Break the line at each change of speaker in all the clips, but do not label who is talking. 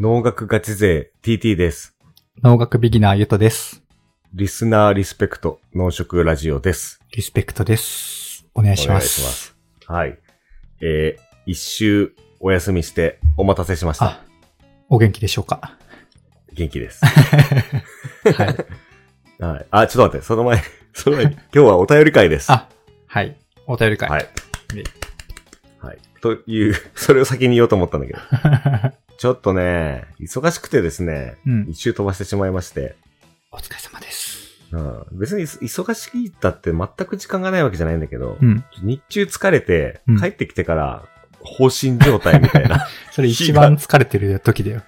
農学ガチ勢 TT です。
農学ビギナーゆとです。
リスナーリスペクト農食ラジオです。
リスペクトです。お願いします。
お願いしまはい。えー、一周お休みしてお待たせしました。
あ、お元気でしょうか。
元気 です。
はい。
はい。あ、ちょっと待って、その前に、 その前に、今日はお便り会です。
あ、はい。お便り会。
はい。はい。という、それを先に言おうと思ったんだけど。ちょっとね、忙しくてですね、
うん。
一周飛ばしてしまいまして、
お疲れ様です。
うん、別に忙しいだって全く時間がないわけじゃないんだけど、
うん。
日中疲れて
うん、
帰ってきてから、放心状態みたい な、
それ一番疲れてる時だよ。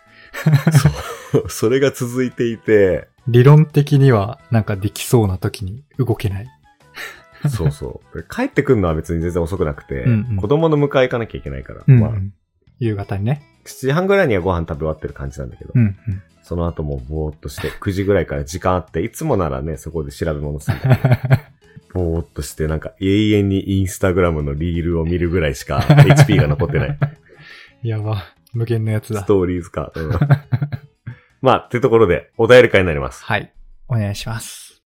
そうそれが続いていて、
理論的にはなんかできそうな時に動けない。
そうそう。帰ってくるのは別に全然遅くなくて、
うんうん
子供の迎え行かなきゃいけないから、
うん。
まあ、
夕方にね。
7時半ぐらいにはご飯食べ終わってる感じなんだけど、
うんうん。
その後もうぼーっとして、9時ぐらいから時間あって、いつもならね、そこで調べ物するんだけど。ぼーっとして、なんか永遠にインスタグラムのリールを見るぐらいしか HP が残ってない。
やば。無限のやつだ
ス。トーリーズか。うん まあ、ってところで、お便り会になります。
はい。お願いします。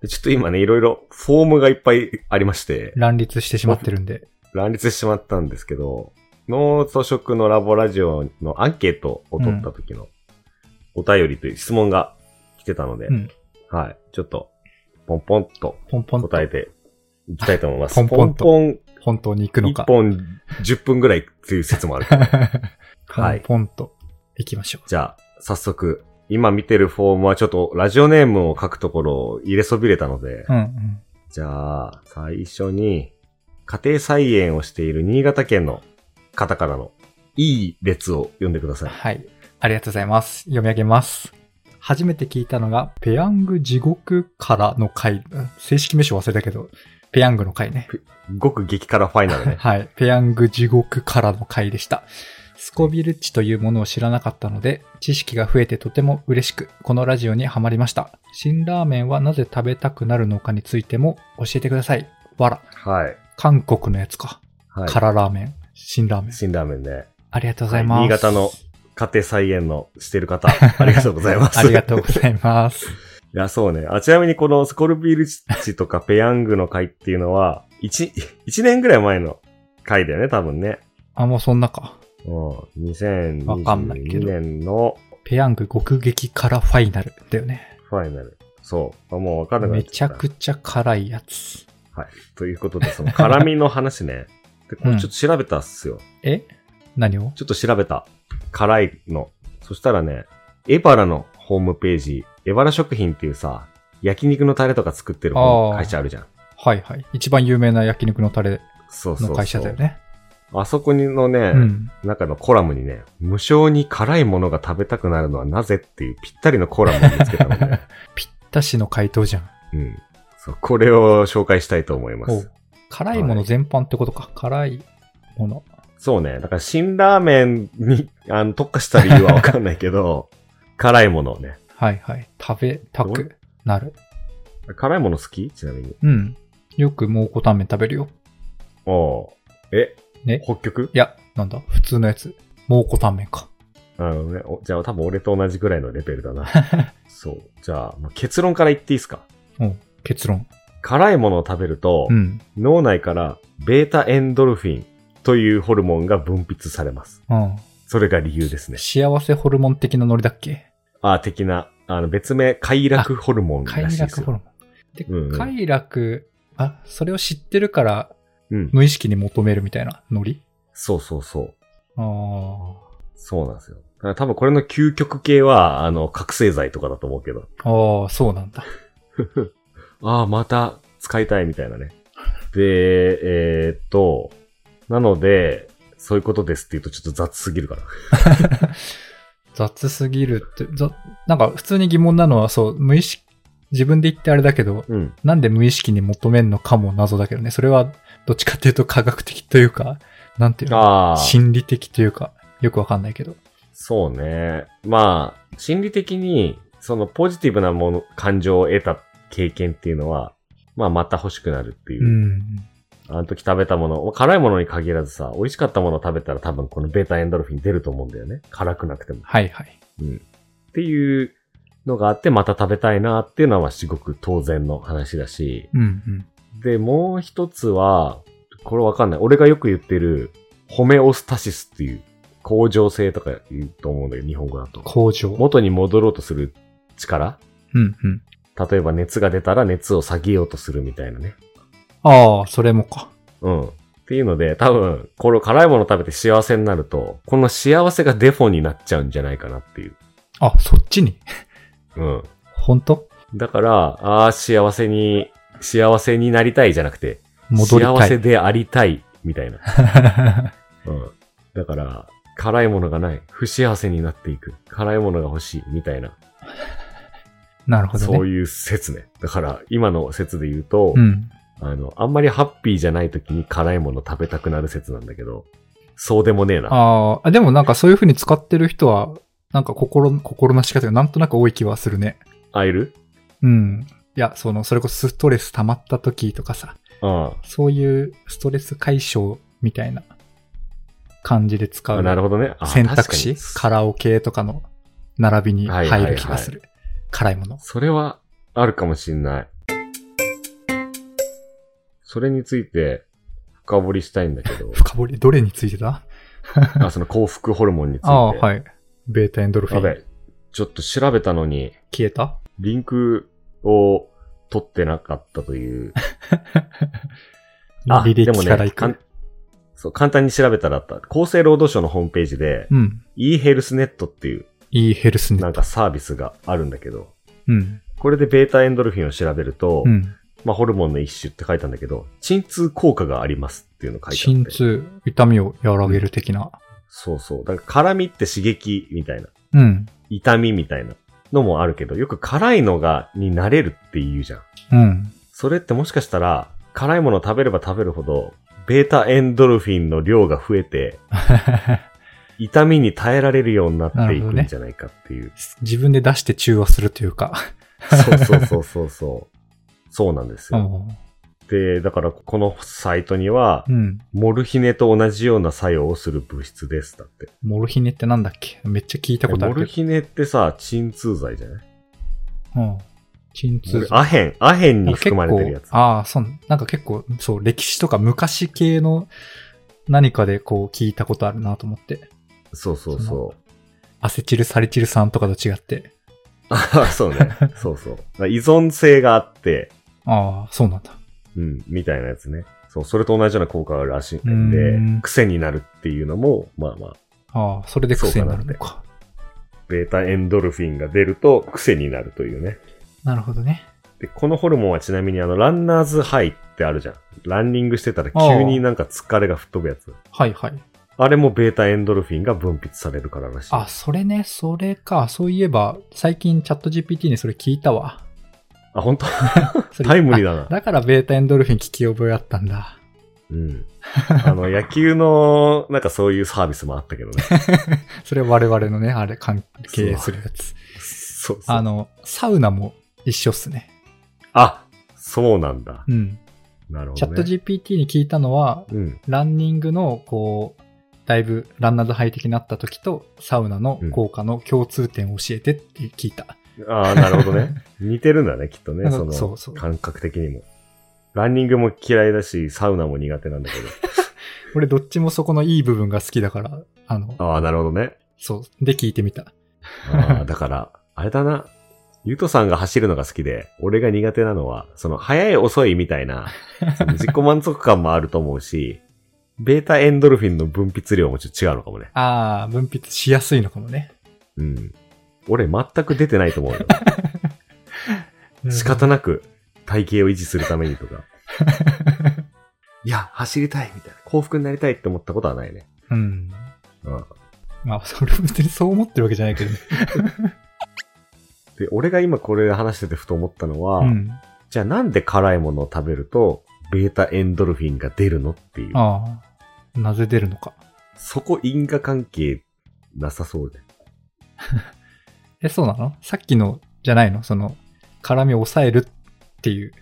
でちょっと今ね、いろいろフォームがいっぱいありまして、
乱立してしまってるんで。
乱立してしまったんですけど、脳と食のラボラジオのアンケートを取った時のお便りという質問が来てたので、
うん
はい。ちょっと、ポンポンと
ポンポンと
答えていきたいと思います。
ポンポンと
ポン
本当に行
ポ
く
ン
の
1
か。
本10分ぐらいっていう説もあるけど。
ポ
は
ン
い。
ポンと行きましょう。
じゃあ、早速、今見てるフォームはちょっとラジオネームを書くところを入れそびれたので、
うんうん。
じゃあ、最初に、家庭菜園をしている新潟県の方からのいい列を読んでください。
はい。ありがとうございます。読み上げます。初めて聞いたのが、ペヤング地獄からの回。うん正式名称忘れたけど、ペヤングの回ね。
ごく激辛ファイナ ルね。
はい。ペヤング地獄からの回でした。スコビル値というものを知らなかったので、知識が増えてとても嬉しく、このラジオにはまりました。辛ラーメンはなぜ食べたくなるのかについても教えてください。わら。
はい。
韓国のやつか。
はい。
辛ラーメン。辛ラーメン。
辛ラーメンで、
ありがとうございます。
はい新潟の家庭菜園のしてる方、ありがとうございます。
ありがとう
い
ございます。
や、そうね。あ、ちなみにこのスコルビールチとかペヤングの回っていうのは、1、一年ぐらい前の回だよね、多分ね。
あ、もうそんなか。
うん。
わかんないけ
2022
ど
年の
ペヤング極激辛ファイナルだよね。
ファイナル。そう。もうわかんなくなっ
め
ち
ち
ゃっ
ゃ
た。
くちゃ辛いやつ。
はい。ということで、その辛みの話ね。で、これちょっと調べたっすよ。
え何を
ちょっと調べた。辛いの。そしたらね、エバラのホームページ、エバラ食品っていうさ、焼肉のタレとか作ってる
あー
会社あるじゃん。
はいはい。一番有名な焼肉のタレ
そうそうそう
の会社だよ。ね。
あそこにのね、
うん。
中のコラムにね、無性に辛いものが食べたくなるのはなぜっていうぴったりのコラムを見つけたので、
ぴったしの回答じゃん。
うん。そう、これを紹介したいと思いま
お
す
う。辛いもの全般ってことか。辛いもの。
そうね。だから、辛ラーメンに、 あの、特化した理由はわかんないけど、 辛いものをね。
はいはい。食べたくなる。
辛いもの好きちなみに。
うん。よく蒙古タンメン食べるよ。
おおう。え
ね
北極
いや、なんだ。普通のやつ。蒙古タンメンか。
あのね、おじゃあ多分俺と同じぐらいのレベル だな。そう。じゃあ、もう結論から言っていいですか
うん。結論。
辛いものを食べると、
うん。
脳内から、ベータエンドルフィンというホルモンが分泌されます。
うん。
それが理由ですね。
幸せホルモン的なノリだっけ
あー、的な、あの、別名、快楽ホルモン
快
らしいです
楽ホル
よ。
モン。
うん
で、
うん
快楽、あ、それを知ってるから
うん。
無意識に求めるみたいなノリ
そうそうそう。
ああ。
そうなんですよ。だから多分これの究極系は、あの、覚醒剤とかだと思うけど。
ああ、そうなんだ。
ああ、また使いたいみたいなね。で、えーっと、なので、そういうことですって言うとちょっと雑すぎるかな。
雑すぎるって、ざなんか普通に疑問なのはそう、無意識、自分で言ってあれだけど、
うん。
なんで無意識に求めるのかも謎だけどね。それはどっちかっていうと科学的というか、なんていうの
ああ、
心理的というか、よくわかんないけど。
そうね。まあ、心理的に、そのポジティブなもの、感情を得た経験っていうのは、まあ、また欲しくなるっていうう、
ん。
あの時食べたもの、辛いものに限らずさ、美味しかったものを食べたら多分このベータエンドルフィン出ると思うんだよね。辛くなくても。
はいはい。
うん。っていうのがあって、また食べたいなっていうのはすごく当然の話だし、
うんうん。
で、もう一つは、これわかんない。俺がよく言ってる、ホメオスタシスっていう、恒常性とか言うと思うんだけど、日本語だと。
工場。
元に戻ろうとする力
うんうん。
例えば熱が出たら熱を下げようとするみたいなね。
ああ、それもか。
うん。っていうので、多分、これ辛いもの食べて幸せになると、この幸せがデフォになっちゃうんじゃないかなっていう。
あ、そっちに。
うん。
本当
だから、ああ、幸せに、幸せになりたいじゃなくて、
戻りた
幸せ
い。
でありたい、みたいな。 うん。だから、辛いものがない。不幸せになっていく。辛いものが欲しい。みたいな。
なるほどね。
そういう説ね。だから、今の説で言うと、
うん。
あの、あんまりハッピーじゃない時に辛いもの食べたくなる説なんだけど、そうでもねえな。
ああ、でもなんかそういう風に使ってる人は、なんか心、心の仕方がなんとなく多い気はするね。
あいる
うん。いや、その、それこそストレス溜まった時とかさ、
うん。
そういうストレス解消みたいな感じで使
あ
う
なるほどね。あ
選択肢、
確か
カラオケとかの並びに入る気がする。辛いもの、
に。それは、あるかもしんない。それについて、深掘りしたいんだけど
深掘り、どれについてだ
あその幸福ホルモンについて。
ああ、はい。ベータエンドルフィ
や
ン
べえ、ちょっと調べたのに、
消えた
リンクを取ってなかったという。
履歴からい
か
く
ん。そう、簡単に調べたらあった。厚生労働省のホームページで、
うん。
eHealthNet っていう、
いいヘルスネ
な
ッ
ん
ト。
かサービスがあるんだけど、
うん。
これでベータエンドルフィンを調べると、
うん。
まあ、ホルモンの一種って書いたんだけど、鎮痛効果がありますっていうの書いてあっ
鎮
て。
痛、痛みを和らげる的な。
そうそう。だから辛みって刺激みたいな、
うん。
痛みみたいなのもあるけど、よく辛いのが、になれるって言うじゃん。
うん。
それってもしかしたら、辛いものを食べれば食べるほど、ベータエンドルフィンの量が増えて、痛みに耐えられるようになっていくんじゃないかっていう。
自分で出して中和するというか。
そうそうそうそうそう。そうなんです
う
よ。
ん。
で、だからこのサイトには
う、ん。
モルヒネと同じような作用をする物質です。だって。
モルヒネってなんだっけめっちゃ聞いたことあ
モ
る
ル
け
ヒネってさ、鎮痛剤じゃない
ど。うん。鎮痛剤。
アヘン、アヘンに
あ結
含
構
まれてるやつ。
ああ、そう、なんか結構、そう、歴史とか昔系の何かでこう聞いたことあるなと思って。
そうそう
そ
そう。
アセチルサリチル酸とかと違って。
あ そうね。そうそう。だから依存性があって、
ああ、そうなんだ。
うん、みたいなやつね。そう、それと同じような効果があるらしい
うん
で
ん、
癖になるっていうのも、まあまあ、
ああ、それで癖になるのか。
ベータエンドルフィンが出ると癖になるというね。
なるほどね。
で、このホルモンはちなみにあの、ランナーズハイってあるじゃん。ランニングしてたら急になんか疲れが吹っ飛ぶやつ。
はいはい。
あれもベータエンドルフィンが分泌されるかららしい。
あ、それね、それか。そういえば、最近チャット GPT にそれ聞いたわ。
あ、本当
そ れ
タイムリーだな
あだからベータエンドルフィン聞き覚えあったんだ。
うん。あ の、野球の、なんかそういうサービスもあったけどね。
それは我々のね、あれ、関係するやつ。
そうそ
あ
う。
の、サウナも一緒っすね。
あ、そうなんだ。
うん。
なるほ
チ
ど
ャッ
ね。
ト GPT に聞いたのは、
うん。
ランニングの、こう、だいぶランナーズハイ的になった時と、サウナの効果の共通点を教えてって聞いた。
ああ、なるほどね。 似てるんだね、きっとね。
なんか
その
そうそう
感覚的にも。ランニングも嫌いだし、サウナも苦手なんだけ
俺どっちもそこのいい部分が好きだから、あの、
ど。ああ、なるほどね。
そう、で聞いてみた。
ああ、だから、あれだな。ゆとさんが走るのが好きで、俺が苦手なのは、その、早い遅いみたいな、その自己満足感もあると思うし、ベータエンドルフィンの分泌量もちょっと違うのかもね。
ああ、分泌しやすいのかもね。
うん。俺全く出てないと思うよ。仕方なく体型を維持するためにと か。いや、走りたいみたいな。幸福になりたいって思ったことはないね。
うん。
うん。
まあ、それは別にそう思ってるわけじゃないけどね。
で、俺が今これ話しててふと思ったのは、
うん。
じゃあなんで辛いものを食べると、ベータエンドルフィンが出るのっていう。
ああ、なぜ出るのか。
そこ因果関係なさそうで。
え、そうなのさっきの、じゃないのその、辛みを抑えるっていう、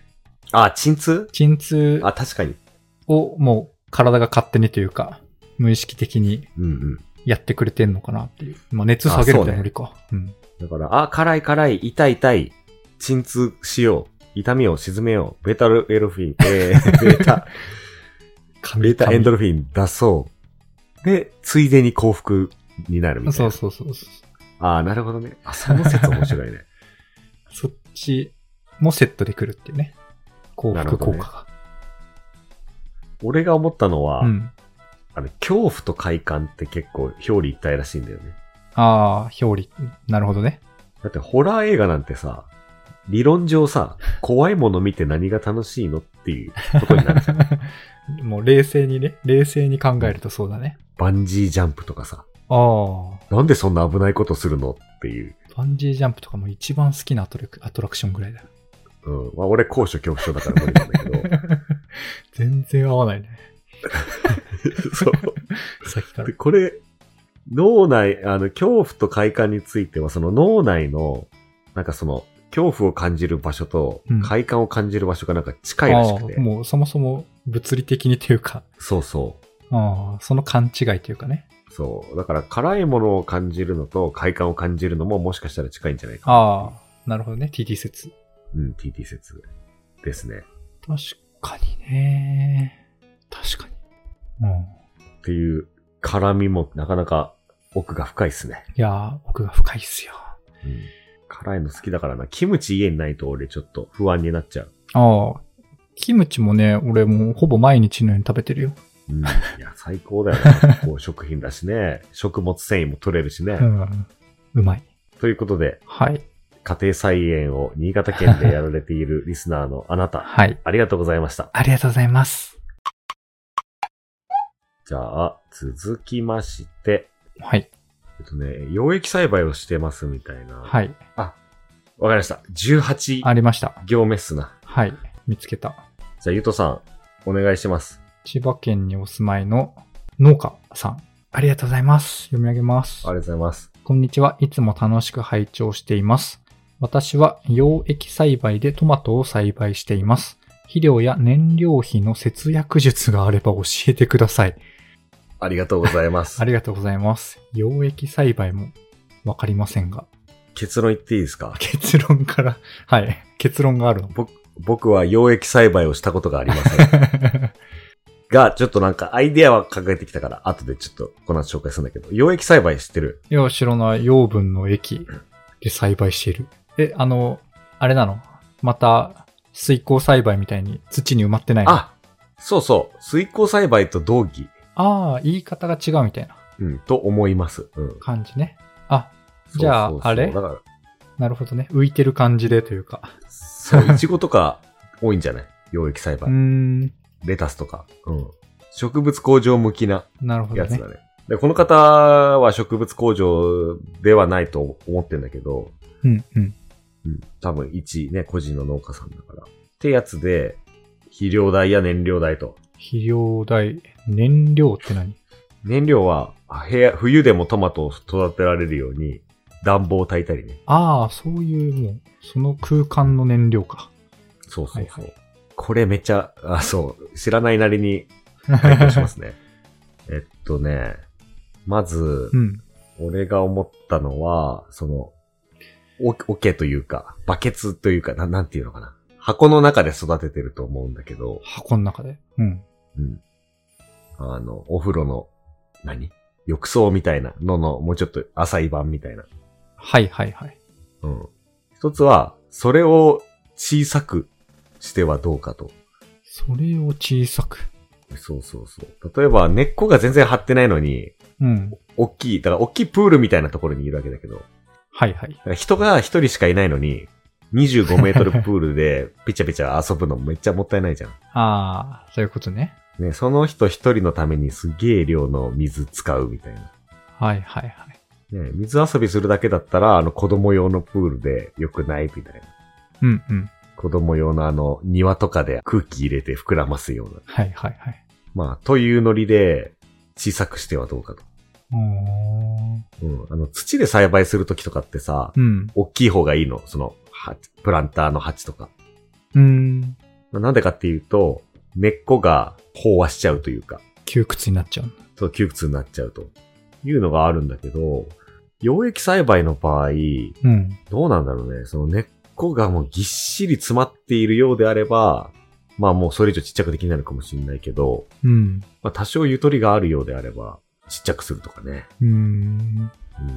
あ、鎮痛
鎮痛
あ、確かに。
をもう体が勝手にというか、無意識的に
うんうん。
やってくれてんのかなっていう。まあ、熱下げるみたいなノリか。うん。
だから、あ、辛い辛い、痛い痛い、鎮痛しよう、痛みを鎮めよう、ベータルエルフィン、えー、ベータ、ベータエンドルフィン出そう。で、ついでに幸福になるみたいな。
そうそうそうそう。
ああ、なるほどね。あ、その説面白い ね。
そっちもセットで来るっていうね。幸
なるほ
福
ど
効
ね
果が。
俺が思ったのは、
うん。
あの、恐怖と快感って結構表裏一体らしいんだよね。
ああ、表裏。なるほどね。
だってホラー映画なんてさ、理論上さ、怖いもの見て何が楽しいのっていうことになるじゃん。
もう冷静にね、冷静に考えるとそうだね。
バンジージャンプとかさ、
ああ、
なんでそんな危ないことするのっていう。
バンジージャンプとかも一番好きなアトラクアトラクションぐらいだ。
うん。まあ俺高所恐怖症だから無理なんだけど。
全然合わないね。
そう。
さっきから
で、。これ、脳内、あの、恐怖と快感については、その脳内の、なんかその、恐怖を感じる場所と
うん、
快感を感じる場所がなんか近いらしくて。
ああもうそもそも物理的にというか、
そうそ
ああその勘違いというかね。
う。そう。だから、辛いものを感じるのと、快感を感じるのも、もしかしたら近いんじゃないか。
ああ、なるほどね。TT 説。
うん、TT 説ですね。
確かにね。確かに。うん。
っていう、絡みも、なかなか、奥が深いですね。
いやー、奥が深いっすよ。
うん。辛いの好きだからな。キムチ家にないと、俺ちょっと不安になっちゃう。
ああ、キムチもね、俺もうほぼ毎日のように食べてるよ。
うん、いや、最高だよな。発酵食品だしね。食物繊維も取れるしね。
うん。うまい。
ということで、
はい。
家庭菜園を新潟県でやられているリスナーのあな た、
はい。
ありがとうございました。
ありがとうございます。
じゃあ、続きまして、
はい。
えっとね、溶液栽培をしてますみたいな。い。
はい。
わかりました。18
ありました。
行目っすな。
はい。見つけた。
じゃあ、ゆうとさん、お願いします。
千葉県にお住まいの農家さん。ありがとうございます。読み上げます。
ありがとうござい ます。
こんにちは。いつも楽しく拝聴しています。私は溶液栽培でトマトを栽培しています。肥料や燃料費の節約術があれば教えてください。
ありがとうございます
あ。りがとうございます。溶液栽培もわかりませんが。
結論言っていいですか
結論から、はい。結論があるの。
僕僕は溶液栽培をしたことがありません。が、ちょっとなんかアイデアは考えてきたから、後でちょっとこの後紹介するんだけど、溶液栽培知ってる
いや、知らない。養分の液で栽培している。え、あの、あれなのまた、水耕栽培みたいに土に埋まってないの
あそうそう。水耕栽培と同義。
あー、言い方が違うみたいな
うん、と思います。うん。
感じね。あ、
そう
じゃあ
そうそう
あれ
だから、
なるほどね。浮いてる感じでというか。
そう、いちごとか多いんじゃない溶液栽
うー
培。
ん、
レタスとか。うん。植物工場向きな
なるほど
やつ
ね
だ。ね。で、この方は植物工場ではないと思ってんだけど、
うん、うん。
うん。多分一ね、個人の農家さんだから。ってやつで、肥料代や燃料代と。
肥料代、燃料って何
燃料は、あ部屋、冬でもトマトを育てられるように、暖房を焚いたりね。
ああ、そういうもう、その空間の燃料か。
そうそうそう。
はいは
これめっちゃ、あ、そう、知らないなりに回答し ますね。えっとね、まず
う、ん。
俺が思ったのは、その、お、おけというか、バケツというか、ななんていうのかな。箱の中で育ててると思うんだけど、
箱の中で。うん。
うん。あの、お風呂の、何浴槽みたいなのの、もうちょっと浅い版みたいな。
はいはいはい。
うん。一つは、それを小さくしてはどうかと。
それを小さく。
そうそうそう。例えば、根っこが全然張ってないのに、
うん。
大きい、だから大きいプールみたいなところにいるわけだけど、だ
はいはい。
から人が一人しかいないのに、25メートルプールでピチャピチャ遊ぶのめっちゃもったいないじゃん。
ああ、そういうことね。
ね、その人一人のためにすげえ量の水使うみたいな。
はいはいはい。
ね、水遊びするだけだったら、あの子供用のプールでよくないみたいな。
うんうん。
子供用のあの庭とかで空気入れて膨らますような。
はいはいはい。
まあ、というノリで、小さくしてはどうかと。
うーん。
うん。あの、土で栽培するときとかってさ、
うん。
大きい方がいいの。その、はプランターの鉢とか。
うーん。
まあなんでかっていうと、根っこが飽和しちゃうというか、
窮屈になっちゃう。
そう、窮屈になっちゃうというのがあるんだけど、溶液栽培の場合、
うん。
どうなんだろうね。その根っこがもうぎっしり詰まっているようであれば、まあもうそれ以上ちっちゃくできないのかもしれないけど、
うん。
まあ多少ゆとりがあるようであれば、ちっちゃくするとかね。
うーん。
うん。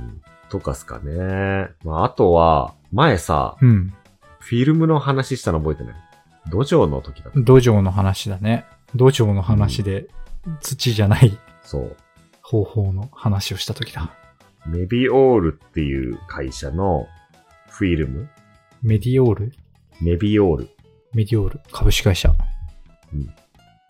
とかっすかね。まああとは、前さ、
うん。
フィルムの話したの覚えてない土壌の時だった。
土壌の話だね。土壌の話で、土じゃない
そう。
方法の話をした時だ。
メビオールっていう会社のフィルム
メディオール
メビオール。
メディオール株式会社。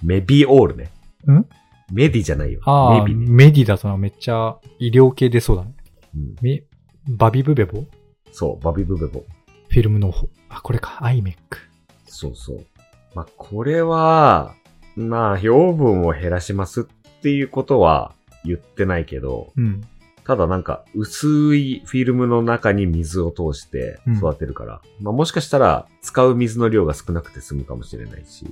メビオールね。
ん
メディじゃないよ。
ああ、
メビね。
メディだとなめっちゃ医療系でそうだね。
うん、
メ、バビブベボ
そう、バビブベボ。
フィルム農法。あ、これか。アイメック。
そうそう。まあ、これは、まあ、養分を減らしますっていうことは言ってないけど、
うん。
ただなんか薄いフィルムの中に水を通して育てるから、まあもしかしたら使う水の量が少なくて済むかもしれないし、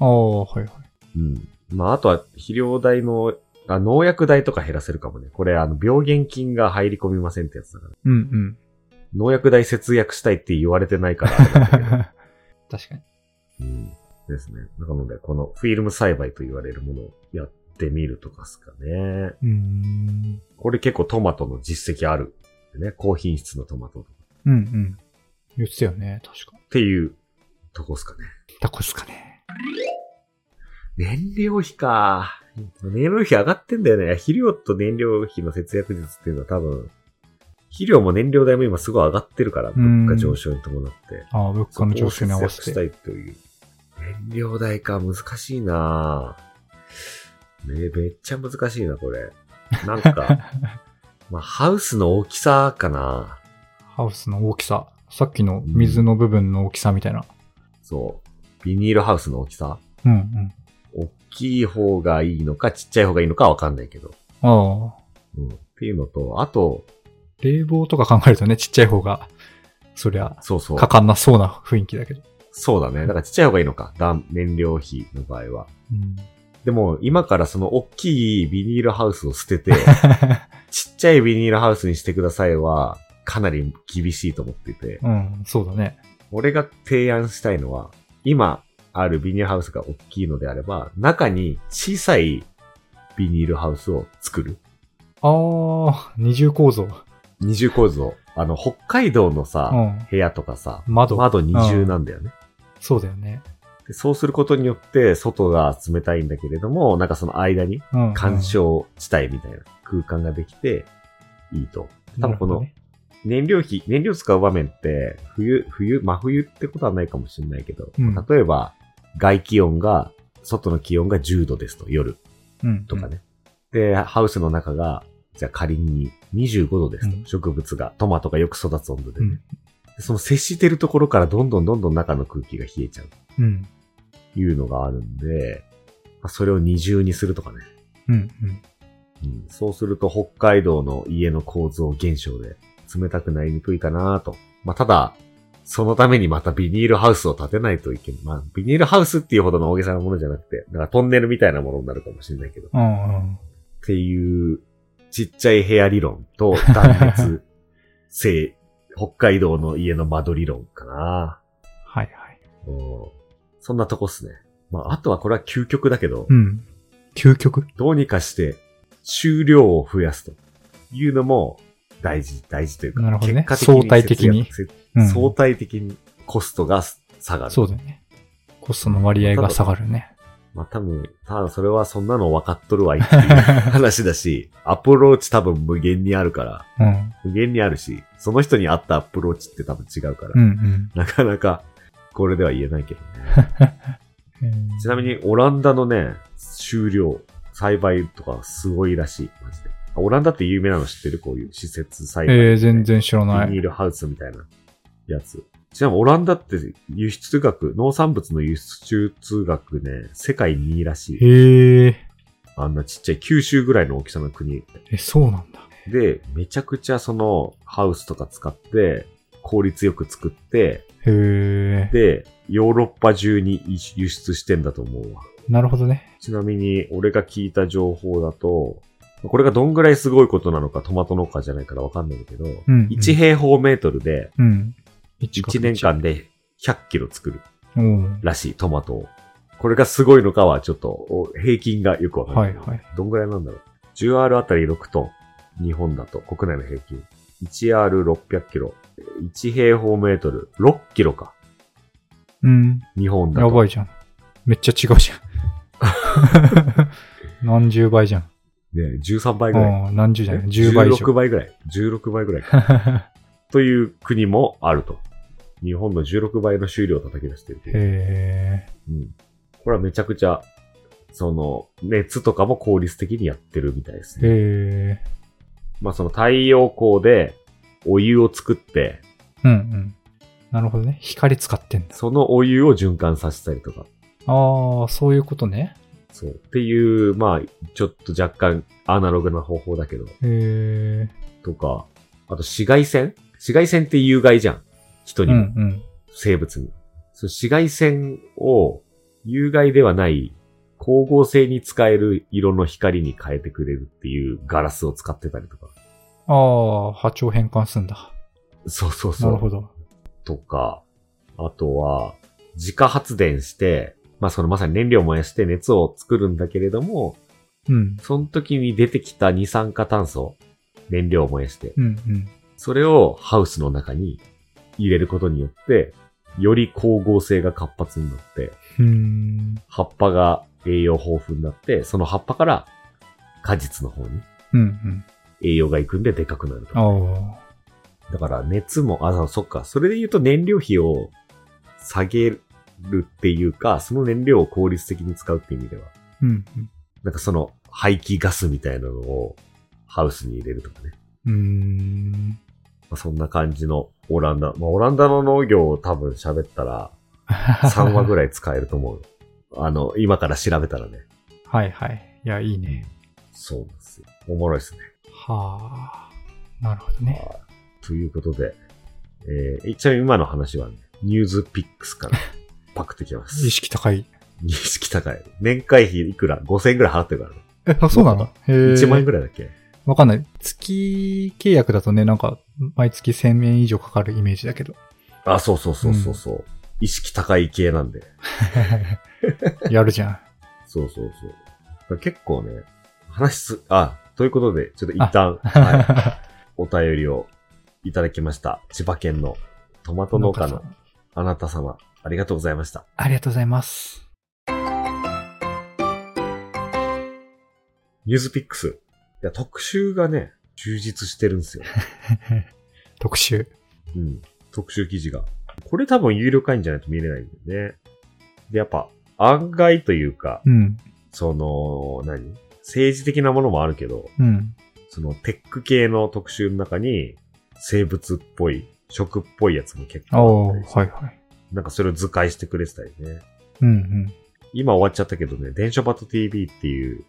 ああ、はいはい。
うん。まああとは肥料代の、あ農薬代とか減らせるかもね。これあの病原菌が入り込みませんってやつだから。
うんうん。
農薬代節約したいって言われてないから あれなんだけど。
確かに。
うん。ですね。なので、このフィルム栽培と言われるものをやってみるとかっすかね。
うーん。
これ結構トマトの実績ある。ね、高品質のトマトとか
うんうん。言ってたよね。確か。
っていうとこっすかね。
タコスかね。
燃料費か。燃料費上がってんだよね。肥料と燃料費の節約術っていうのは多分、肥料も燃料代も今すごい上がってるから、
ん
物価上昇に伴って。
ああ、物価の上昇に合わ
そこ
せ
を節約した
て。
いという。燃料代か、難しいなぁねめっちゃ難しいな、これ。なんか、まあ、ハウスの大きさかな
ハウスの大きさ。さっきの水の部分の大きさみたいな。
そう。ビニールハウスの大きさ
うんうん。
大きい方がいいのか、ちっちゃい方がいいのかわかんないけど。
ああ。
うん。っていうのと、あと、
冷房とか考えるとね、ちっちゃい方が、そりゃ、
そうそう。
かかんなそうな雰囲気だけど。
そうだね。だからちっちゃい方がいいのか。暖燃料費の場合は。
うん。
でも、今からその大きいビニールハウスを捨て て、ちっちゃいビニールハウスにしてくださいは、かなり厳しいと思ってて、
うん、 そうだね。
俺が提案したいのは、今あるビニールハウスが大きいのであれば、中に小さいビニールハウスを作る。
ああ、二重構造。
二重構造。あの、北海道のさ、
うん。
部屋とかさ、
窓。
窓二重なんだよね。
そうだよね。
でそうすることによって、外が冷たいんだけれども、なんかその間に
うん、うん。
干渉地帯みたいな空間ができて、いいと。多分この
なるほどね
燃料費、燃料使う場面って、冬、冬、真冬ってことはないかもしれないけど、
うん
例えば、外気温が、外の気温が10度ですと、夜
うん。
とかね。で、ハウスの中が、じゃあ仮に25度ですと、
うん
植物が、トマトがよく育つ温度で,、
うん
でその接してるところからどんどんどんどん中の空気が冷えちゃう
うん。うん。
というのがあるんで、まあそれを二重にするとかね。
うん。うん。
うんそうすると北海道の家の構造現象で冷たくなりにくいかなと。まあ、ただ、そのためにまたビニールハウスを建てないといけない。まあ、ビニールハウスっていうほどの大げさなものじゃなくて、なんかトンネルみたいなものになるかもしれないけど。っ
うんうん。
ていう、ちっちゃい部屋理論と断熱性、 北海道の家の間取り論かな。
はいはい。
うんそんなとこっすね。まあ、あとはこれは究極だけど、
うん。究極
どうにかして、収量を増やすというのも大事、大事というか、
なるほどね
結果的に
相対的に
節約
うん。
相対的にコストが下がる。
そうだよね。コストの割合が下がるね。
まあ多分、ただそれはそんなの分かっとるわいっていう話だし、 アプローチ多分無限にあるから、
うん。
無限にあるし、その人に合ったアプローチって多分違うから、
うんうん。
なかなかこれでは言えないけどね。
うん
ちなみに、オランダのね、収量、栽培とかすごいらしい。マジで。あオランダって有名なの知ってるこういう施設栽培。
えー、全然知らな
ビ
い。
ニールハウスみたいなやつ。ちなみに、オランダって輸出額、農産物の輸出額ね、世界2位らしい。
へえ。
あんなちっちゃい九州ぐらいの大きさの国。
え、そうなんだ。
で、めちゃくちゃその、ハウスとか使って、効率よく作って、
へえ。
で、ヨーロッパ中に輸出してんだと思うわ。
なるほどね。
ちなみに、俺が聞いた情報だと、これがどんぐらいすごいことなのかトマト農家じゃないからわかんないんだけど、
うん。
1平方メートルで
うん。
1年間で100キロ作る
うん。
らしいトマトを。これがすごいのかはちょっとお平均がよくわかんな。
はいいはい。
どんぐらいなんだろう。10R あたり6トン。日本だと国内の平均。1R600 キロ。1平方メートル。6キロか。
うん。
日本だと。
やばいじゃん。めっちゃ違 うじゃん。何十倍じゃん。
ね13倍ぐらい。
うん、何十じゃない。10倍以
16
上。
倍ぐらい。16倍ぐらいか。 という国もあると。日本の16倍の収量を叩き出してるという。
へ
うん。これはめちゃくちゃ、その、熱とかも効率的にやってるみたいですね。
え。へえ。
まあその太陽光でお湯を作って、
うんうん。なるほどね。光使ってんだ。
そのお湯を循環させたりとか、
ああ、そういうことね。
そう。っていう、まあ、ちょっと若干アナログな方法だけど、
へえ。
とか、あと紫外線紫外線って有害じゃん。人
うん
に
う
も、
ん。
生物に。そう紫外線を有害ではない光合成に使える色の光に変えてくれるっていうガラスを使ってたりとか。
ああ、波長変換すんだ。
そうそうそ
な
う。
るほど。
とか、あとは、自家発電して、まあそのまさに燃料を燃やして熱を作るんだけれども、
うん。
その時に出てきた二酸化炭素、燃料を燃やして、
うんうん。
それをハウスの中に入れることによって、より光合成が活発になって、
うーん。
葉っぱが栄養豊富になって、その葉っぱから果実の方に
うんうん。
栄養がいくんででかくなると。
ああ。
だから熱も、あ、そっか、それで言うと燃料費を下げるっていうか、その燃料を効率的に使うっていう意味では、
うん
なんかその排気ガスみたいなのをハウスに入れるとかね。
うん。うーん。
まあ、そんな感じのオランダ。まあ、オランダの農業を多分喋ったら3話ぐらい使えると思うよ。 あの、今から調べたらね。
はいはい。いや、いいね。
そうなんですよ。おもろいですね。
はあ。なるほどね。
ということで、えー、ちなみに今の話はね、ニュースピックスからパクってきます
意。識高い。
認識高い。年会費いくら ?5000 円くらい払ってるからね。
え、あそうなのへえ。
1万円
ぐら
くら
い
いだっけ
わかんない。月契約だとね、なんか、毎月1000円以上かかるイメージだ けど。
あ、そうそうそうそうそう、意識高い系なんで。
やるじゃん。
そうそうそう。だから結構ね、話す、あ、ということで、ちょっと一旦、はい、お便りをいただきました。千葉県のト マト農家
農
の
家さん
あなた様、ありがとうございました。
ありがとうございます。
ニュースピックス。いや、特集がね、充実してるん ですよ。
特集。
うん。特集記事が。これ多分有料会員じゃないと見れないんだよね。で、やっぱ、案外というか、
うん。
その、何政治的なものもあるけど、
うん。
そのテック系の特集の中に、生物っぽい、食っぽいやつも結構
お
あった
ー
り、
はいはい。
なんかそれを図解してくれてたりね。
うんうん。
今終わっちゃったけどね、電書バト TV っていう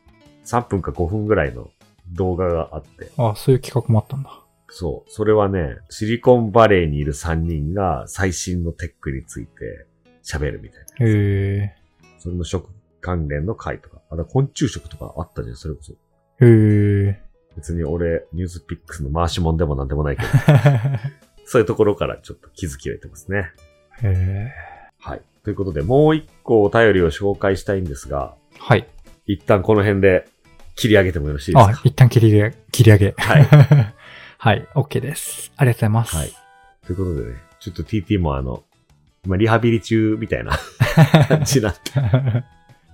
3分か5分ぐらいの動画があって、
あそういう企画もあったんだ。
そう、それはね、シリコンバレーにいる3人が最新のテックについて喋るみたいな。
へ
それの食関連の回とか、あと昆虫食とかあったじゃん、それこそ。
え。へえ。
別に俺、ニュースピックスの回しもんでもなんでもないけど、 そういうところからちょっと気づきを得てますね。
へえ。
はい。ということで、もう一個お便りを紹介したいんですが、
はい。
一旦この辺で切り上げてもよろしいですか
あ、一旦切り上げ、切り上げ。
はい。
はい。OK です。ありがとうございます。
はいということでね、ちょっと TT もあの、今リハビリ中みた いな感じになって、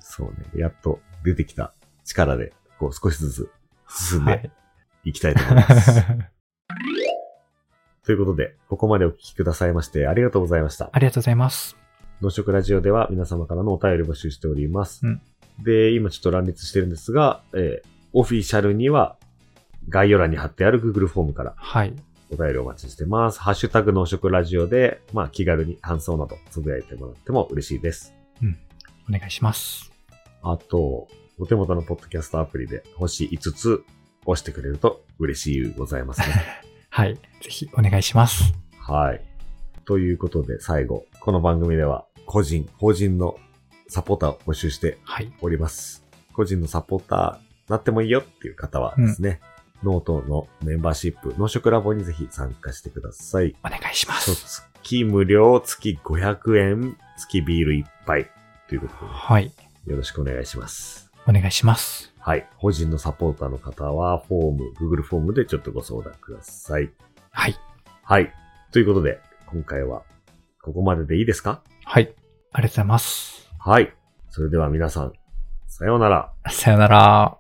そうね、やっと出てきた力で、こう少しずつ進ん
は
で
い。
いきたいと思います。ということで、ここまでお聞きくださいましてありがとうございました。
ありがとうございます。
農食ラジオでは皆様からのお便りを募集しております。
うん
で、今ちょっと乱立してるんですが、えーオフィシャルには概要欄に貼ってある Google フォームから
はい。
お便りお待ちしてます。ハッシュタグ農食ラジオで、まあ気軽に感想などつぶやいてもらっても嬉しいです。
お願いします。
あと、お手元のポッドキャストアプリで星5つ押してくれると嬉しいございます ね。
はい。ぜひお願いします。
はい。ということで最後、この番組では個人、法人のサポーターを募集して
はい。
おります。個人のサポーターなってもいいよっていう方はですね、ノートのメンバーシップ、農食ラボにぜひ参加してください。
お願いしま
そう
す。
月無料、月500円、月ビール一杯ということ
はい。
で、よろしくお願いします。
お願いします。
はい。個人のサポーターの方は、フォーム、Google フォームでちょっとご相談ください。
はい。
はい。ということで、今回はここまででいいですか
はい。ありがとうございます。
はい。それでは皆さん、さようなら。
さよなら。